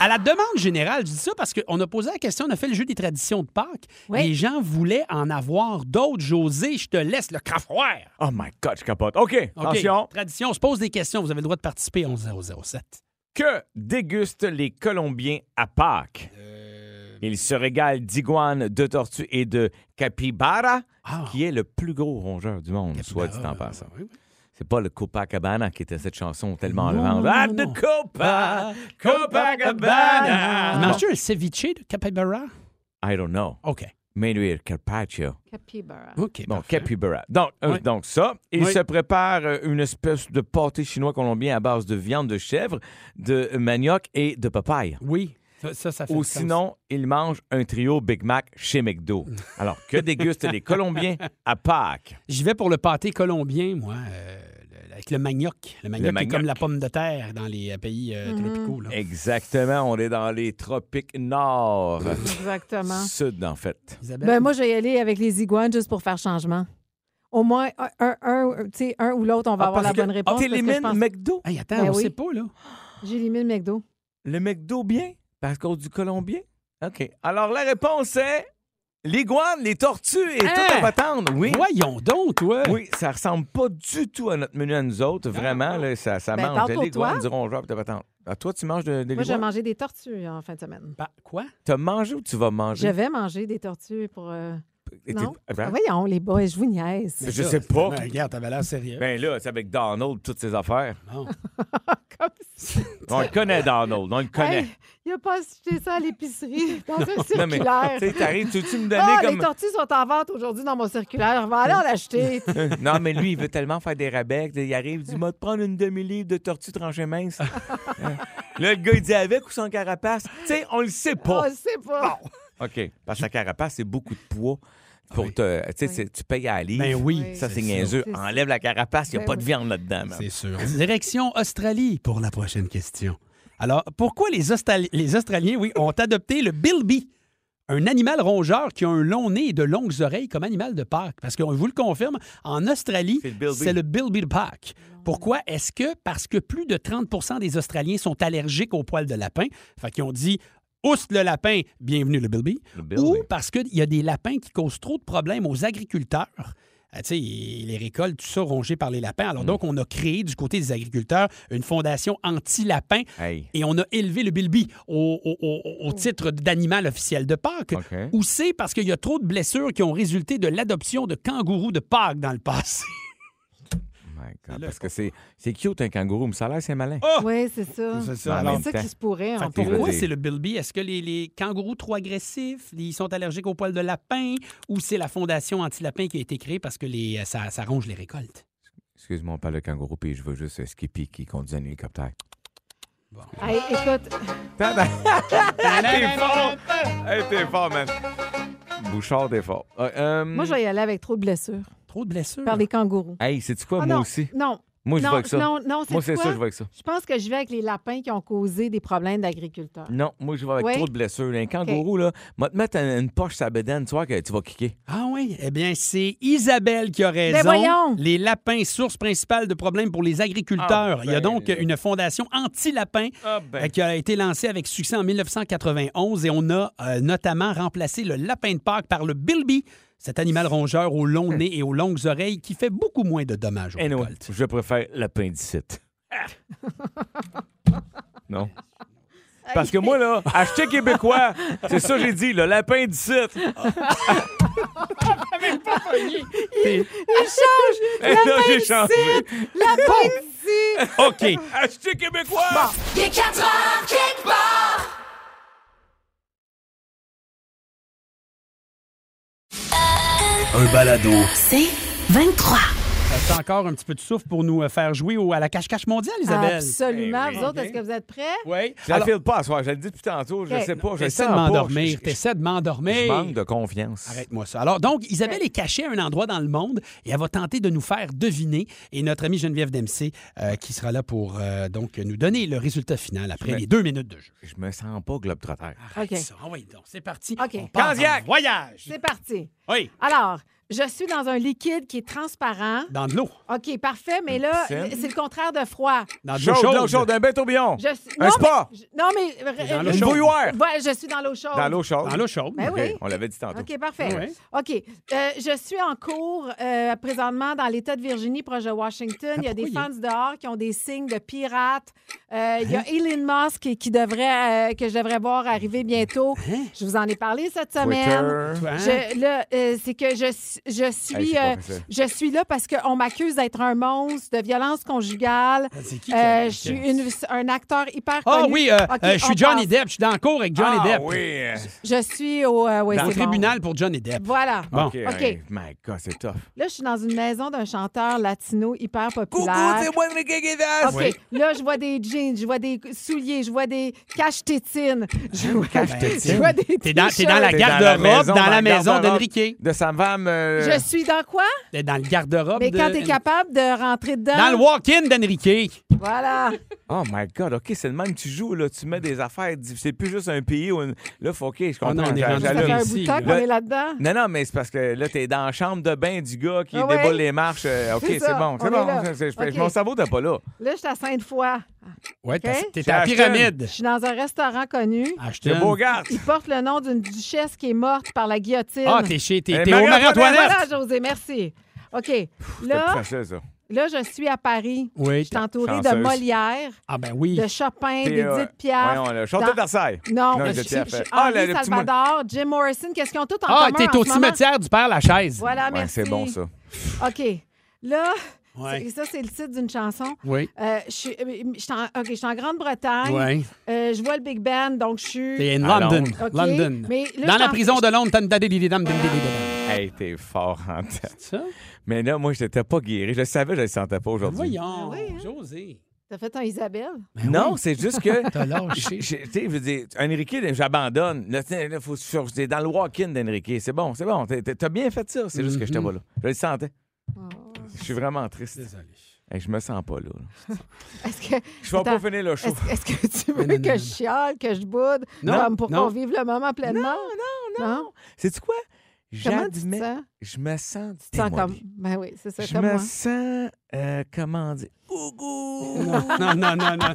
Speaker 4: À la demande générale, je dis ça parce qu'on a posé la question, on a fait le jeu des traditions de Pâques.
Speaker 5: Oui.
Speaker 4: Les gens voulaient en avoir d'autres. José, je te laisse le crafoir.
Speaker 6: Oh my God, je capote. OK,
Speaker 4: OK.
Speaker 6: attention.
Speaker 4: Tradition, on se pose des questions. Vous avez le droit de participer 11007.
Speaker 6: Que dégustent les Colombiens à Pâques? Ils se régalent d'iguanes, de tortues et de capybara,
Speaker 4: Ah. ben,
Speaker 6: qui est le plus gros rongeur du monde, soit dit en passant. C'est pas le Copacabana qui était cette chanson tellement
Speaker 4: Non,
Speaker 6: lente.
Speaker 4: non,
Speaker 6: Ah,
Speaker 4: non,
Speaker 6: de
Speaker 4: non.
Speaker 6: Copa, Copacabana.
Speaker 4: Ah, Manges-tu un ceviche de capybara?
Speaker 6: Bon, I don't know.
Speaker 4: OK.
Speaker 6: Mais lui, le Carpaccio. Ah.
Speaker 5: Capybara.
Speaker 4: OK.
Speaker 6: Bon,
Speaker 4: parfait.
Speaker 6: capybara. Donc, euh,
Speaker 4: Oui.
Speaker 6: donc ça, il
Speaker 4: Oui.
Speaker 6: se prépare euh, une espèce de pâté chinois colombien à base de viande de chèvre, de manioc et de papaye.
Speaker 4: Oui. Ça, ça, ça fait
Speaker 6: Ou
Speaker 4: du sens.
Speaker 6: sinon, il mange un trio Big Mac chez McDo. Alors, que dégustent les Colombiens à Pâques?
Speaker 4: J'y vais pour le pâté colombien, moi, euh, le- avec le manioc. Le manioc,
Speaker 6: manioc. Eh.
Speaker 4: est comme la pomme de terre dans les euh, pays euh,
Speaker 5: Mm-hmm.
Speaker 4: tropicaux. Là.
Speaker 6: Exactement, on est dans les tropiques nord.
Speaker 5: Exactement.
Speaker 6: Sud, en fait.
Speaker 4: Isabelle?
Speaker 5: Ben, moi, je vais y aller avec les iguanes juste pour faire changement. Au moins, un, un, un, tu sais, un ou l'autre, on va
Speaker 6: Ah,
Speaker 5: avoir
Speaker 6: parce
Speaker 5: la
Speaker 6: que-
Speaker 5: bonne
Speaker 6: Ah,
Speaker 5: réponse. parce que je
Speaker 6: t'élimines
Speaker 5: pense-
Speaker 6: McDo?
Speaker 4: Hey, attends,
Speaker 5: Ben
Speaker 4: on
Speaker 5: oui.
Speaker 4: sait pas, là.
Speaker 5: J'élimine McDo.
Speaker 6: Le McDo bien? Parce qu'on du Colombien? OK. Alors, la réponse est l'iguane, les tortues et tout à
Speaker 4: Hein?
Speaker 6: patente. Oui.
Speaker 4: Voyons donc, toi.
Speaker 6: Oui, ça ressemble pas du tout à notre menu à nous autres. Vraiment, là, ça, ça
Speaker 5: Ben,
Speaker 6: mange.
Speaker 5: parle pour
Speaker 6: L'iguane
Speaker 5: toi.
Speaker 6: du rongeur et de patente. Ah, toi, tu manges de, de
Speaker 5: Moi, je vais
Speaker 6: l'iguane?
Speaker 5: manger des tortues en fin de
Speaker 6: Ah,
Speaker 5: semaine.
Speaker 4: Ben, quoi?
Speaker 6: T'as mangé ou tu vas
Speaker 5: Je
Speaker 6: manger?
Speaker 5: vais manger des tortues pour. euh,
Speaker 6: Et t'es-
Speaker 5: Non.
Speaker 6: Attends.
Speaker 5: Ah, voyons, les boys, je vous niaise.
Speaker 6: Je
Speaker 4: Ça,
Speaker 6: sais pas.
Speaker 4: Ben, regarde, t'avais l'air sérieux.
Speaker 6: Ben là, c'est avec Donald, toutes ses affaires.
Speaker 4: Non.
Speaker 5: Comme ça.
Speaker 6: On le connaît, Donald. On le connaît.
Speaker 5: Hey, il a pas acheté ça à l'épicerie dans
Speaker 6: Non,
Speaker 5: un
Speaker 6: mais,
Speaker 5: circulaire.
Speaker 6: tu sais, t'arrives, tu veux-tu me donner
Speaker 5: Ah, les
Speaker 6: comme.
Speaker 5: tortues sont en vente aujourd'hui dans mon circulaire. On va aller en acheter. Ah,
Speaker 6: non, mais lui, il veut tellement faire des rabais. Il arrive, il dit Moi, te prendre une demi-livre de tortue tranchée mince. Euh, là, le gars, il dit avec ou sans carapace. Tu sais, on le sait
Speaker 5: On
Speaker 6: pas.
Speaker 5: ne sait pas.
Speaker 6: OK. Parce que la carapace, c'est beaucoup de poids. Pour
Speaker 4: Oui.
Speaker 6: te, tu sais,
Speaker 5: Oui.
Speaker 6: c'est- tu payes à la livre.
Speaker 4: Ben oui.
Speaker 5: Oui.
Speaker 6: Ça, c'est
Speaker 4: c'est
Speaker 6: niaiseux.
Speaker 5: C'est ça.
Speaker 6: Enlève la carapace, il n'y a
Speaker 5: Ben
Speaker 6: pas de
Speaker 5: oui.
Speaker 6: viande là-dedans. man.
Speaker 4: C'est sûr. Direction Australie pour la prochaine question. Alors, pourquoi les, Austral- les Australiens, oui, ont adopté le bilby, un animal rongeur qui a un long nez et de longues oreilles comme animal de Pâques? Parce qu'on vous le confirme, en Australie,
Speaker 6: C'est le bilby.
Speaker 4: c'est le bilby de Pâques. Pourquoi? Est-ce que parce que plus de 30 des Australiens sont allergiques aux poils de lapin? Fait qu'ils ont dit... Ouste le lapin, bienvenue le bilby.
Speaker 6: Le bilby.
Speaker 4: Ou parce qu'il y a des lapins qui causent trop de problèmes aux agriculteurs. Ah, tu sais, les récoltes, tout ça, rongées par les lapins.
Speaker 6: Mm.
Speaker 4: Alors donc, on a créé du côté des agriculteurs une fondation anti-lapin
Speaker 6: Hey.
Speaker 4: et on a élevé le bilby au, au- au- au titre d'animal officiel de Pâques.
Speaker 6: OK.
Speaker 4: Ou c'est parce qu'il y a trop de blessures qui ont résulté de l'adoption de kangourous de Pâques dans le passé.
Speaker 6: My God. Parce que c'est c'est cute, un kangourou, mais ça a l'air, c'est malin.
Speaker 4: Oh!
Speaker 5: Oui, c'est ça.
Speaker 4: C'est
Speaker 6: ça. Alors,
Speaker 5: C'est ça qui se pourrait.
Speaker 4: Fait
Speaker 5: hein.
Speaker 4: que
Speaker 6: pourrait
Speaker 4: pourquoi
Speaker 6: dire.
Speaker 4: c'est le bilby? Est-ce que les, les kangourous trop agressifs, ils sont allergiques aux poils de lapin ou c'est la fondation anti-lapin qui a été créée parce que les, euh, ça, ça ronge les récoltes?
Speaker 6: Excuse-moi, on parle de kangourou, puis je veux juste euh, Skippy qui conduit un hélicoptère.
Speaker 5: Hey, écoute,
Speaker 6: T'es fort! Hey, t'es fort, man! Bouchard, t'es fort. Euh, euh,
Speaker 5: moi, je vais y aller avec trop de blessures.
Speaker 4: Trop de blessures.
Speaker 5: Par les kangourous.
Speaker 6: Hey, c'est-tu quoi,
Speaker 5: Ah,
Speaker 6: Hmm. moi
Speaker 5: non,
Speaker 6: aussi?
Speaker 5: Non.
Speaker 6: Moi, je vais
Speaker 5: non,
Speaker 6: avec ça.
Speaker 5: non, non,
Speaker 6: moi, c'est
Speaker 5: c'est quoi?
Speaker 6: ça, je vais avec ça.
Speaker 5: Je pense que je vais avec les lapins qui ont causé des problèmes d'agriculteurs.
Speaker 6: Non, moi, je vais avec
Speaker 5: Oui?
Speaker 6: trop de blessures. Un kangourou, là, va te mettre un- une poche sur la bédaine, tu vois que tu vas kicker.
Speaker 4: Ah oui, eh bien, c'est Isabelle qui a raison.
Speaker 5: voyons!
Speaker 4: Les lapins, source principale de problèmes pour les
Speaker 6: Ah,
Speaker 4: agriculteurs.
Speaker 6: ben
Speaker 4: Il y a donc
Speaker 6: là.
Speaker 4: une fondation anti-lapin
Speaker 6: Ah,
Speaker 4: euh, qui a été lancée avec succès en 1991 et on a euh, notamment remplacé le lapin de Pâques par le bilby, cet animal rongeur au long nez et aux longues oreilles qui fait beaucoup moins de dommages aux
Speaker 6: Anyway,
Speaker 4: récoltes.
Speaker 6: je préfère l'appendicite. non? Parce que moi, là, acheter québécois, c'est ça que j'ai dit, là, l'appendicite.
Speaker 5: Il change!
Speaker 6: Hey, là, j'ai changé.
Speaker 5: La petite!
Speaker 6: OK. Acheter québécois!
Speaker 1: Il est 4 heures quelque part. Un balado.
Speaker 2: C'est 23.
Speaker 4: Euh, C'est encore un petit peu de souffle pour nous euh, faire jouer au- à la cache-cache mondiale, Isabelle.
Speaker 5: Absolument.
Speaker 6: Eh oui.
Speaker 5: Vous autres, est-ce que vous êtes prêts?
Speaker 4: Oui.
Speaker 6: Je la file pas à soir. Je le dis depuis tantôt. Je
Speaker 5: OK.
Speaker 6: sais pas. Je le
Speaker 4: T'essaies
Speaker 6: sens
Speaker 4: de
Speaker 6: pas.
Speaker 4: Eh, m'endormir.
Speaker 6: Je, je-
Speaker 4: T'essaies de
Speaker 6: je
Speaker 4: m'endormir.
Speaker 6: manque de confiance.
Speaker 4: Arrête-moi ça. Alors, donc, Isabelle est cachée à un endroit dans le monde et elle va tenter de nous faire deviner. Et notre amie Geneviève Dempsey, euh, qui sera là pour euh, donc nous donner le résultat final après
Speaker 6: Mais-
Speaker 4: les deux minutes de jeu.
Speaker 6: Je me sens pas globe-trotteur.
Speaker 4: Arrête
Speaker 5: OK.
Speaker 4: ça. Envoyez donc. C'est parti.
Speaker 5: OK.
Speaker 4: On part
Speaker 6: Candiac!
Speaker 4: en voyage.
Speaker 5: C'est parti.
Speaker 4: Oui,
Speaker 5: Alors, je suis dans un liquide qui est transparent.
Speaker 4: dans de l'eau.
Speaker 5: OK, parfait, mais là,
Speaker 6: Ben. piscine.
Speaker 5: c'est le contraire de froid.
Speaker 4: Dans Ah, de l'eau
Speaker 6: Chaud,
Speaker 4: chaude.
Speaker 6: chaud, chaud, un bain tourbillon.
Speaker 5: Je suis-
Speaker 6: Un
Speaker 5: non,
Speaker 6: spa.
Speaker 5: mais- je- non, mais.
Speaker 4: Dans l'eau
Speaker 6: Une
Speaker 4: chaude.
Speaker 6: bouilloire.
Speaker 5: Ouais, je suis dans l'eau chaude.
Speaker 6: Dans l'eau chaude.
Speaker 4: Dans l'eau chaude.
Speaker 5: Ben oui.
Speaker 6: OK, On l'avait dit tantôt.
Speaker 5: OK, parfait.
Speaker 4: Ah Ouais.
Speaker 5: OK. Euh, je suis en cours euh, présentement dans l'État de Virginie, proche de Washington. Il y a des fans
Speaker 4: Ah, pourquoi Hein?
Speaker 5: dehors qui ont des signes de pirates, Euh, Il y a Elon Musk qui- qui devrait, euh, que je devrais voir arriver bientôt. Je vous en ai parlé cette semaine.
Speaker 6: Twitter.
Speaker 4: Toi, hein?
Speaker 5: Je- là, euh, c'est que je, suis- je
Speaker 6: Hey,
Speaker 5: suis,
Speaker 6: c'est pas
Speaker 5: euh,
Speaker 6: facile.
Speaker 5: je suis là parce qu'on m'accuse d'être un monstre, de violence conjugale.
Speaker 4: Ah, C'est qui qui
Speaker 5: Euh,
Speaker 4: a-
Speaker 5: je suis une- un acteur hyper
Speaker 4: Ah
Speaker 5: connu.
Speaker 4: oui, euh,
Speaker 5: OK,
Speaker 4: euh, je suis
Speaker 5: on
Speaker 4: Johnny
Speaker 5: passe.
Speaker 4: Depp. Je suis dans le cours avec Johnny
Speaker 6: ah,
Speaker 4: Depp.
Speaker 6: oui.
Speaker 5: Je suis au, euh, ouais,
Speaker 4: Au
Speaker 5: c'est bon.
Speaker 4: tribunal pour Johnny Depp.
Speaker 5: Voilà.
Speaker 4: Bon.
Speaker 6: OK.
Speaker 5: OK.
Speaker 6: hey, my God, c'est tough.
Speaker 5: Là, je suis dans une maison d'un chanteur latino hyper
Speaker 6: Coucou,
Speaker 5: populaire.
Speaker 6: c'est moi, Enrique Guedas.
Speaker 5: OK, là, je vois des jeans, je vois des souliers, je vois des caches-tétines. Je vois,
Speaker 4: Cache-tétines.
Speaker 5: je vois des
Speaker 4: T'es dans, t'es dans Ah, la
Speaker 6: T'es
Speaker 5: t-shirts.
Speaker 4: garde-robe, dans la maison,
Speaker 6: garde-robe
Speaker 4: d'Enrique.
Speaker 6: De sa femme. euh,
Speaker 5: Je suis dans quoi?
Speaker 4: T'es dans le garde-robe.
Speaker 5: Mais quand
Speaker 4: de-
Speaker 5: t'es capable de rentrer dedans...
Speaker 4: Dans le walk-in d'Enrique.
Speaker 5: Voilà.
Speaker 6: Oh my God, OK, c'est le même que tu joues, là. Tu mets des affaires. diff- C'est plus juste un pays ou une. Là, faut, OK, je comprends.
Speaker 4: Ah non, on est
Speaker 6: j'a-
Speaker 4: rendu
Speaker 5: Ça
Speaker 6: j'allume.
Speaker 5: fait un bout
Speaker 4: ici,
Speaker 5: de temps qu'on
Speaker 6: là.
Speaker 5: est là-dedans.
Speaker 6: Non, non, mais c'est parce que là, t'es dans la chambre de bain du gars qui
Speaker 5: Ah ouais?
Speaker 6: déboule les marches. euh, OK,
Speaker 5: C'est
Speaker 6: c'est
Speaker 5: ça,
Speaker 6: bon.
Speaker 5: on
Speaker 6: C'est
Speaker 5: est
Speaker 6: bon.
Speaker 5: là.
Speaker 6: c'est- c'est-
Speaker 5: OK.
Speaker 6: Mon cerveau, t'es pas là.
Speaker 5: Là, je suis à Sainte-Foy.
Speaker 4: Ouais, t'as-
Speaker 5: OK.
Speaker 4: t'es
Speaker 6: Chez
Speaker 4: à la
Speaker 6: Ashton.
Speaker 4: pyramide.
Speaker 5: Je suis dans un restaurant connu.
Speaker 6: Le
Speaker 4: Ashton.
Speaker 6: beau garde.
Speaker 5: Il porte le nom d'une duchesse qui est morte par la guillotine.
Speaker 4: Ah, t'es chez. T'es
Speaker 6: Eh,
Speaker 4: t'es au
Speaker 5: Voilà,
Speaker 4: Marie-Antoinette.
Speaker 5: José, merci. OK.
Speaker 6: C'est plus
Speaker 5: Là,
Speaker 6: facile, ça.
Speaker 5: là, je suis à Paris.
Speaker 4: Oui.
Speaker 5: Je suis entourée de
Speaker 6: chanceuse.
Speaker 5: Molière,
Speaker 4: Ah, ben oui.
Speaker 5: de Chopin,
Speaker 6: T'es, euh,
Speaker 5: d'Edith Piaf.
Speaker 6: voyons, le chanteur
Speaker 5: dans-
Speaker 6: de Versailles.
Speaker 5: Non,
Speaker 6: Non,
Speaker 5: je
Speaker 6: Edith
Speaker 5: suis
Speaker 6: Piaf.
Speaker 5: je suis
Speaker 6: Ah, le-
Speaker 5: Henri
Speaker 6: le petit mo-
Speaker 5: Salvador, Jim Morrison. Qu'est-ce qu'ils ont tous en
Speaker 4: Ah,
Speaker 5: commun
Speaker 4: t'es
Speaker 5: en
Speaker 4: au
Speaker 5: ce moment?
Speaker 4: cimetière du Père Lachaise.
Speaker 5: Voilà,
Speaker 6: Ouais,
Speaker 5: merci.
Speaker 6: c'est bon, ça.
Speaker 5: OK. Là,
Speaker 4: Ouais.
Speaker 5: c'est- ça, c'est le titre d'une chanson.
Speaker 4: Oui.
Speaker 5: Euh, je suis euh, je suis en, OK, je suis en Grande-Bretagne.
Speaker 4: Ouais.
Speaker 5: Euh, je vois le Big Band, donc je suis...
Speaker 4: T'es in
Speaker 6: À
Speaker 4: London.
Speaker 5: Londres. OK,
Speaker 4: London.
Speaker 5: mais là,
Speaker 4: Dans
Speaker 5: je
Speaker 4: la
Speaker 5: t'en-
Speaker 4: prison de Londres. t'as une dadidididam, dadidididam.
Speaker 6: Hey, t'es fort en tête.
Speaker 4: Ça?
Speaker 6: Mais là, moi, je n'étais pas guéri. Je le savais, je le sentais pas aujourd'hui.
Speaker 4: Ah, Voyons.
Speaker 5: oui, hein.
Speaker 4: José.
Speaker 5: T'as fait un Isabelle?
Speaker 6: Non, c'est juste que.
Speaker 4: T'as lâché.
Speaker 6: Tu sais, je veux dire, Enrique, là, j'abandonne. Là, tiens, là, faut, faut- c'est dans le walk-in d'Enrique. C'est bon, c'est bon. T'as- t'as- T'as bien fait ça. C'est juste que j'étais pas là. Je le sentais.
Speaker 5: Oh.
Speaker 6: Je suis vraiment triste.
Speaker 4: Désolé.
Speaker 6: Hey, je me sens pas là.
Speaker 5: Est-ce que...
Speaker 6: Je vais
Speaker 5: Attends.
Speaker 6: pas finir le show.
Speaker 5: Est-ce est-ce que tu veux
Speaker 4: non, non,
Speaker 5: que
Speaker 4: non.
Speaker 5: je chiale, que je boude,
Speaker 4: Non,
Speaker 5: comme pour
Speaker 4: non.
Speaker 5: qu'on vive le moment pleinement? Non, non,
Speaker 6: C'est-tu quoi?
Speaker 5: Comment tu te
Speaker 6: J'admets.
Speaker 5: sens?
Speaker 6: Je me sens
Speaker 5: Tu te sens comme...
Speaker 6: démolie.
Speaker 5: Ben oui, c'est ça,
Speaker 6: Je
Speaker 5: comme
Speaker 6: me
Speaker 5: moi.
Speaker 6: sens. euh, comment dire? Ougougou!
Speaker 4: Non, non, non, non.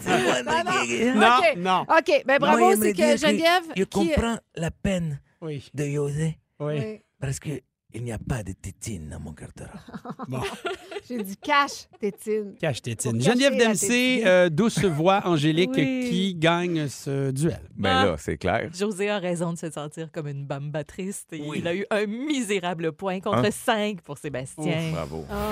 Speaker 4: Non,
Speaker 5: OK.
Speaker 4: non.
Speaker 5: OK, ben bravo,
Speaker 6: Moi,
Speaker 5: c'est
Speaker 6: j'aimerais
Speaker 5: que
Speaker 6: dire que
Speaker 5: Geneviève...
Speaker 6: Je
Speaker 5: qui-
Speaker 6: comprends la peine
Speaker 4: Oui.
Speaker 6: de José
Speaker 4: Oui.
Speaker 5: Oui,
Speaker 6: parce qu'il n'y a pas de tétine dans mon garde-robe.
Speaker 5: J'ai dit cache, tétine.
Speaker 4: Cache tétine.
Speaker 5: Pour
Speaker 4: Geneviève
Speaker 5: cacher la
Speaker 4: Dempsey,
Speaker 5: tétine.
Speaker 4: euh, douce voix angélique
Speaker 7: Oui.
Speaker 4: qui gagne ce duel.
Speaker 5: Ah.
Speaker 6: Ben là, c'est clair.
Speaker 7: José a raison de se sentir comme une bamba triste. Et Il a eu un misérable point contre
Speaker 6: Hein?
Speaker 7: 5 pour Sébastien.
Speaker 6: Bravo.
Speaker 4: Ah.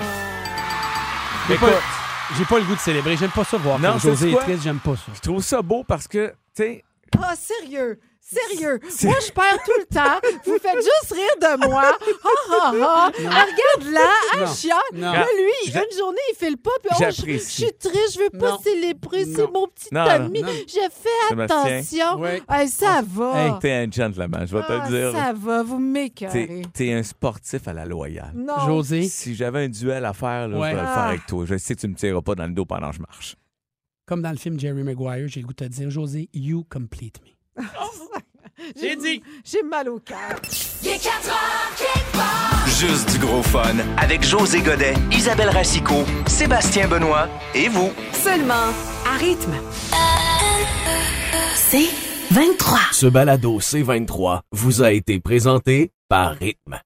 Speaker 4: J'ai
Speaker 6: Écoute.
Speaker 4: pas, j'ai pas le goût de célébrer. J'aime pas ça voir.
Speaker 6: Non,
Speaker 4: quand
Speaker 6: c'est
Speaker 4: José est
Speaker 6: quoi?
Speaker 4: triste, j'aime pas ça.
Speaker 6: Je trouve ça beau parce que, tu sais,
Speaker 5: Ah, sérieux! Sérieux! Moi, je perds tout le temps. Vous faites juste rire de moi. Ah, ah, ah. Ah, Regarde-là, ah,
Speaker 4: Non.
Speaker 5: chiant.
Speaker 4: Non.
Speaker 5: Là, lui,
Speaker 6: J'a-
Speaker 5: une journée, il file pas. Puis, oh, je- je,
Speaker 6: J'apprécie.
Speaker 5: suis triste, je veux pas
Speaker 4: Non.
Speaker 5: célébrer. C'est
Speaker 4: Non.
Speaker 5: mon petit
Speaker 6: Non, non,
Speaker 5: ami.
Speaker 4: non.
Speaker 5: J'ai fait
Speaker 6: Sébastien.
Speaker 5: attention.
Speaker 4: Ouais. Ah,
Speaker 5: Hey, ça va.
Speaker 4: Hey,
Speaker 6: t'es un gentleman, je vais te
Speaker 5: Ah,
Speaker 6: le dire.
Speaker 5: Ça va, vous m'écœurez.
Speaker 6: T'es- T'es un sportif à la loyale.
Speaker 5: Non.
Speaker 4: José,
Speaker 6: Si j'avais un duel à faire, là,
Speaker 4: Ouais.
Speaker 6: je vais le faire
Speaker 5: Ah.
Speaker 6: avec toi. Je sais que tu me tireras pas dans le dos pendant que je marche.
Speaker 4: comme dans le film Jerry Maguire, j'ai le goût de te dire, José, you complete me. J'ai dit.
Speaker 5: J'ai mal au cœur.
Speaker 1: Il est 4 heures, quelque part.
Speaker 8: Juste du gros fun avec José Godet, Isabelle Racicot, Sébastien Benoît et vous.
Speaker 2: Seulement à rythme. C'est 23.
Speaker 9: Ce balado C23 vous a été présenté par Rythme.